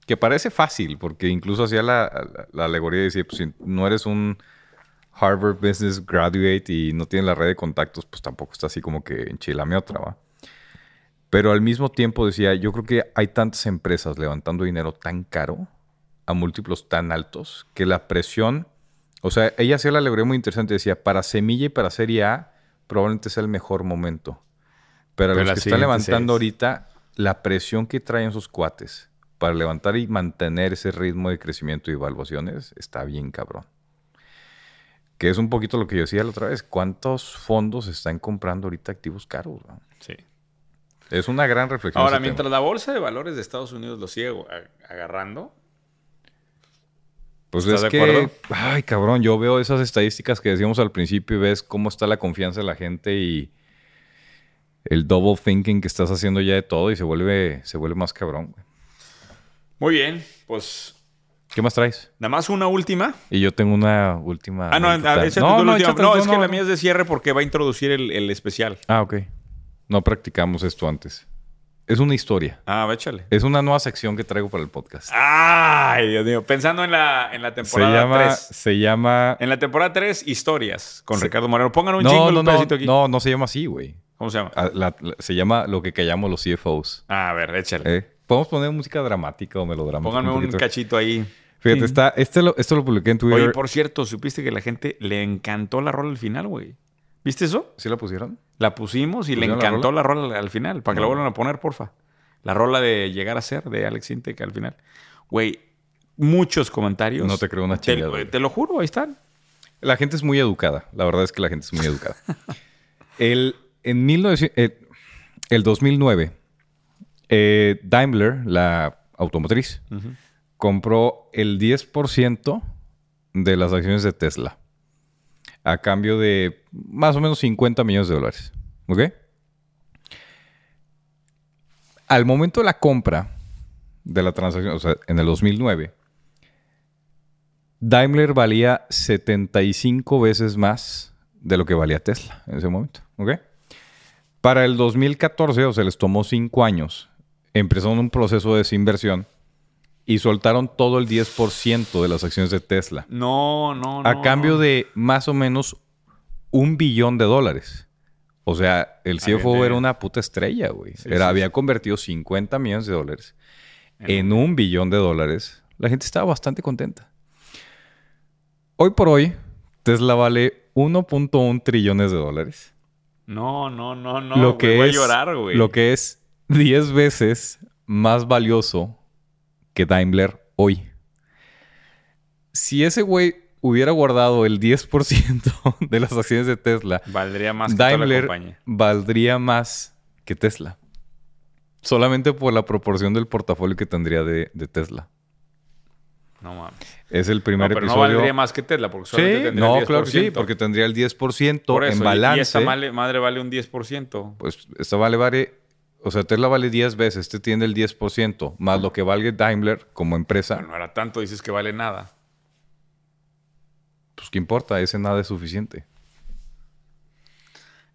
Que parece fácil, porque incluso hacía la, la- la alegoría de decir, pues si no eres un Harvard Business Graduate y no tienes la red de contactos, pues tampoco está así como que enchilame otra, ¿va? Pero al mismo tiempo decía, yo creo que hay tantas empresas levantando dinero tan caro, a múltiplos tan altos, que la presión, o sea, ella hacía la alegoría muy interesante, decía, para semilla y para serie A, probablemente sea el mejor momento. Pero Pero, a los la que están siguiente levantando serie. ahorita, la presión que traen sus cuates para levantar y mantener ese ritmo de crecimiento y evaluaciones está bien cabrón. Que es un poquito lo que yo decía la otra vez. ¿Cuántos fondos están comprando ahorita activos caros? no? Sí. Es una gran reflexión. Ahora, ese tema. mientras la bolsa de valores de Estados Unidos lo sigue ag- agarrando, Pues ¿Estás es de que, acuerdo? ay cabrón, yo veo esas estadísticas que decíamos al principio y ves cómo está la confianza de la gente y el double thinking que estás haciendo ya de todo y se vuelve, se vuelve más cabrón. güey. muy bien, pues ¿Qué más traes? nada más una última. Y yo tengo una última. Ah, no, a- anécdota. a- échate tú la última. échate No, tú, es que la mía es de cierre porque va a introducir el, el especial. Ah, ok. No practicamos esto antes. Es una historia. Ah, va, échale. Es una nueva sección que traigo para el podcast. Ay, Dios mío. Pensando en la, en la se Ah, temporada llama, 3. se llama. En la temporada 3, historias con Sí. Ricardo Moreno. Pongan un No, chingo no, el no, pedacito aquí. no, no se llama así, güey. ¿Cómo se llama? Ah, la- la- se llama lo que callamos los CFOs. Ah, a ver, échale. ¿Eh? ¿Podemos poner música dramática o melodramática? Pónganme un poquito? cachito ahí. Fíjate, está, este lo, esto lo publiqué en Twitter. Oye, por cierto, ¿supiste que la gente le encantó la rola al final, güey? ¿Viste eso? ¿Sí la pusieron? La pusimos y le ¿Pusieron la encantó la rola? al final. Para que la No. vuelvan a poner, porfa. La rola de Llegar a Ser de Alex Intec al final. Güey, muchos comentarios. No te creo una Te- chingada. Te, lo juro, ahí están. La gente es muy educada. La verdad es que la gente es muy educada. El, en 1900 eh, el 2009, eh, Daimler, la automotriz, compró el 10% de las acciones de Tesla a cambio de más o menos 50 millones de dólares. ¿Ok? Al momento de la compra de la transacción, o sea, en el 2009, Daimler valía 75 veces más de lo que valía Tesla en ese momento. ¿ok? Para el 2014, o sea, les tomó 5 años, empezaron un proceso de desinversión y soltaron todo el 10% de las acciones de Tesla No, no, no. a cambio de más o menos un billón de dólares. O sea, el bien, CFO bien. era una puta estrella, güey. Sí, Era- sí, había convertido 50 millones de dólares en un billón de dólares. La gente estaba bastante contenta. Hoy por hoy, Tesla vale 1.1 trillones de dólares. No, no, no, no. lo güey, que voy es, a llorar, güey. Lo que es 10 veces más valioso que Daimler hoy. Si ese güey hubiera guardado el 10% de las acciones de Tesla, Valdría más que toda la Daimler compañía. valdría más que Tesla. Solamente por la proporción del portafolio que tendría de, de Tesla. No mames. Es el No, primer pero no episodio. valdría más que Tesla porque solamente Sí, tendría no, el 10%. claro que sí, porque tendría el 10% Por eso, en y- balance. Y, esa male- madre vale un 10%. Pues esta vale, vale, o sea, Tesla vale 10 veces, este tiene el 10%, más lo que valga Daimler como Bueno, empresa, no era tanto, dices que vale nada. pues qué importa, ese nada es suficiente.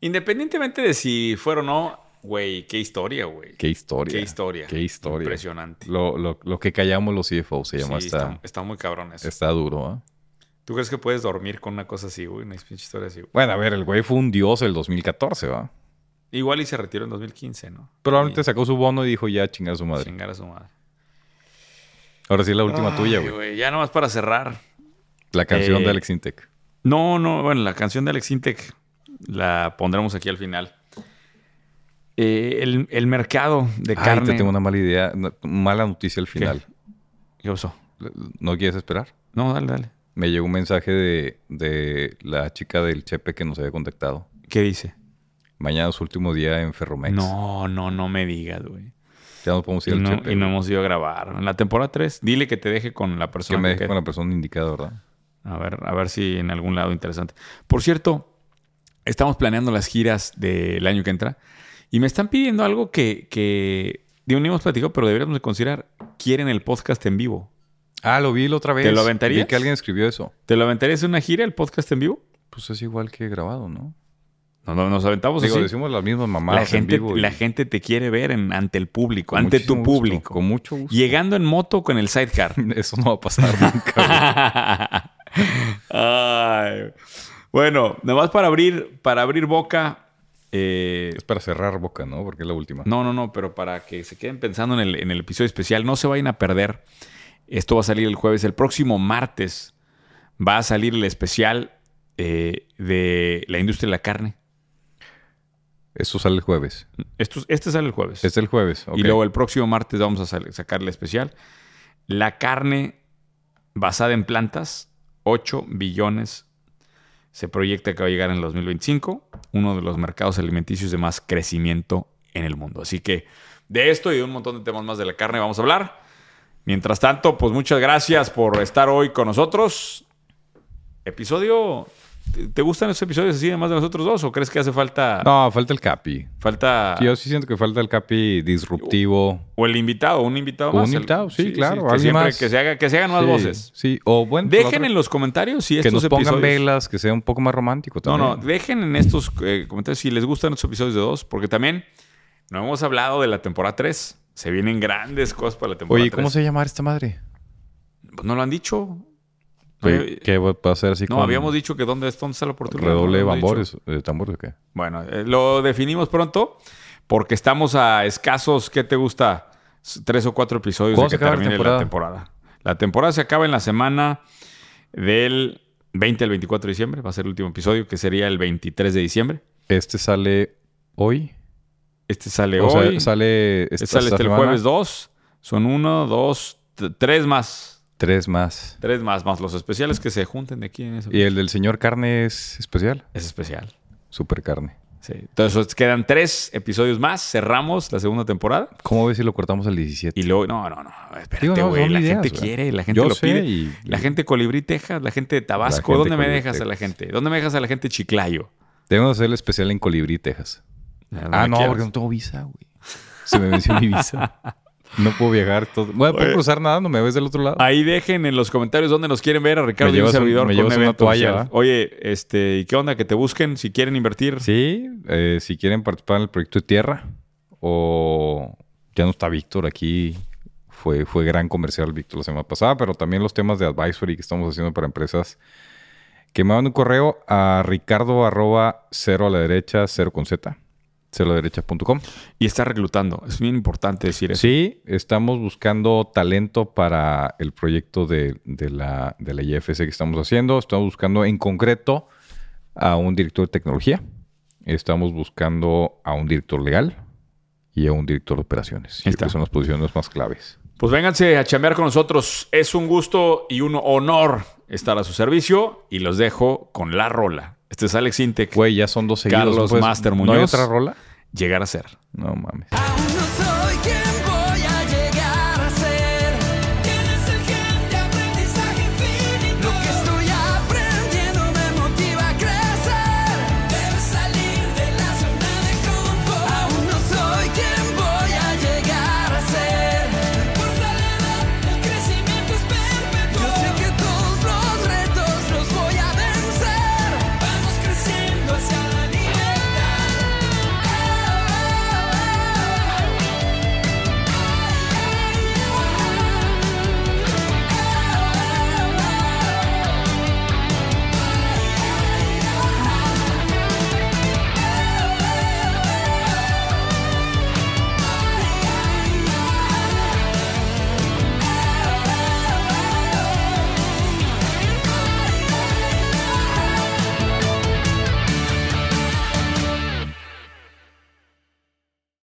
Independientemente de si fuera o no, güey, qué historia, güey. Qué historia. Qué historia. Qué historia. Impresionante. Lo, lo- lo que callamos los CFO se Sí, llama, está, está, está muy cabrón eso. está duro. ¿ah? ¿Tú crees que puedes dormir con una cosa así, güey? Una pinche historia así, güey. Bueno, a ver, el güey fue un dios el 2014, ¿va? Igual y se retiró en 2015, ¿no? Probablemente Y sacó su bono y dijo ya chingar a su madre. Chingar a su madre. Ahora sí la última Ay, tuya, güey. Ya nomás para cerrar. La canción Eh, de Alex Intec. No, no, bueno, la canción de Alex Intec la pondremos aquí al final. Eh, el, el mercado de Ay, carne. te tengo una mala idea, no- mala noticia al final. ¿Qué pasó? ¿No quieres esperar? No, dale, dale. Me llegó un mensaje de, de la chica del Chepe que nos había contactado. ¿Qué dice? Mañana es su último día en Ferromex. No, no, no me digas, güey. Ya no podemos Y ir al no, Chepe. y no güey. hemos ido a grabar. En la temporada 3, dile que te deje con la que persona. me que deje quede. con la persona indicada, ¿verdad? A ver, a ver si en algún lado interesante. Por cierto, estamos planeando las giras del año que entra y me están pidiendo algo que, que de un hemos platicado, pero deberíamos de considerar. Quieren el podcast en vivo. Ah, lo vi la otra vez. ¿Te lo aventarías? Vi que alguien escribió eso. ¿Te lo aventarías en una gira el podcast en vivo? Pues es igual que grabado, ¿no? No, no, nos aventamos Digo, así. decimos las mismas mamadas Pues La gente, en vivo. y- la gente te quiere ver en- ante el público, con ante muchísimo tu gusto, público. Con mucho gusto. Llegando en moto con el sidecar. Eso no va a pasar nunca. güey. Ay. Bueno, nada más para abrir, para abrir boca. eh, es para cerrar boca, ¿no? Porque es la última. no, no, no, pero para que se queden pensando en el, en el episodio especial, no se vayan a perder. Esto va a salir el jueves. El próximo martes va a salir el especial eh, de la industria de la carne. Eso sale el jueves. Esto, este sale el jueves. Es el jueves. ok. Y luego el próximo martes vamos a sal- sacar el especial. La carne basada en plantas, 8 billones se proyecta que va a llegar en el 2025, uno de los mercados alimenticios de más crecimiento en el mundo. Así que de esto y de un montón de temas más de la carne vamos a hablar. Mientras tanto, pues muchas gracias por estar hoy con nosotros. Episodio. ¿te- ¿Te gustan esos episodios así, además de nosotros dos? ¿O crees que hace falta. No, falta el Capi. Falta. Yo sí siento que falta el Capi disruptivo. O el invitado, un invitado Un más. El- invitado, sí, que, claro, alguien siempre- más. que se haga, que se hagan más Sí, voces. Sí, o bueno, la Dejen otra- en los comentarios si que estos nos pongan episodios- velas, que sea un poco más romántico No, también. no, dejen en estos eh, comentarios si les gustan estos episodios de dos, porque también no hemos hablado de la temporada 3. Se vienen grandes cosas para la temporada Oye, ¿cómo se llama esta madre? Pues no lo han dicho. Eh, Oye, ¿Qué va a hacer así no, con habíamos dicho que dónde, es- dónde está la oportunidad. redoble no de lo hemos dicho. tambores, de tambores o qué? Bueno, eh, lo definimos pronto porque estamos a escasos, ¿qué te gusta? S- Tres o cuatro episodios de ¿Cuándo que se acaba la termine la temporada. La temporada se acaba en la semana del 20 al 24 de diciembre. Va a ser el último episodio, que sería el 23 de diciembre. Este sale hoy. Este sale o sea, hoy. sale este esta, sale esta este el semana. jueves 2. Son uno, dos, t- tres más. Tres más. Tres más, más los especiales que se junten de aquí en eso. Y el del señor carne es especial. Es especial. Super carne. Sí. Entonces quedan tres episodios más. Cerramos la segunda temporada. ¿Cómo ves si lo cortamos al 17? Y luego, no, no, no. Espérate, Digo, no, güey. son la ideas, gente güey. quiere, la gente Yo lo sé pide. y- La gente de Colibrí, Texas, la gente de Tabasco. gente ¿Dónde me Colibrí, dejas a la Texas. gente? ¿Dónde me dejas a la gente de Chiclayo? Debemos hacer el especial en Colibrí, Texas. ah, me no, quieras. porque no tengo visa, güey. Se me venció mi visa. No puedo viajar. Todo. Bueno, puedo cruzar nada, no me ves del otro lado. Ahí dejen en los comentarios dónde nos quieren ver a Ricardo Me y un llevas un- servidor con me un llevas una evento toalla, social. ¿va? Oye, este, ¿y qué onda? Que te busquen si quieren invertir. Sí, eh, si quieren participar en el proyecto de tierra o ya no está Víctor aquí. Fue, fue gran comercial Víctor la semana pasada, pero también los temas de advisory que estamos haciendo para empresas. Que me manden un correo a ricardo arroba cero a la derecha, cero con z, cero a la derecha punto com. Y está reclutando. Es bien importante decir eso. Sí, estamos buscando talento para el proyecto de, de la, de la IFC que estamos haciendo. Estamos buscando en concreto a un director de tecnología. Estamos buscando a un director legal y a un director de operaciones. Ahí Yo está. creo que son las posiciones más claves. Pues vénganse a chambear con nosotros. Es un gusto y un honor estar a su servicio. Y los dejo con la rola. Este es Alex Intec. Güey, ya son dos seguidos. Carlos ¿no puedes- Master ¿No hay Muñoz. otra rola? Llegar a ser. No mames. Aún no soy quien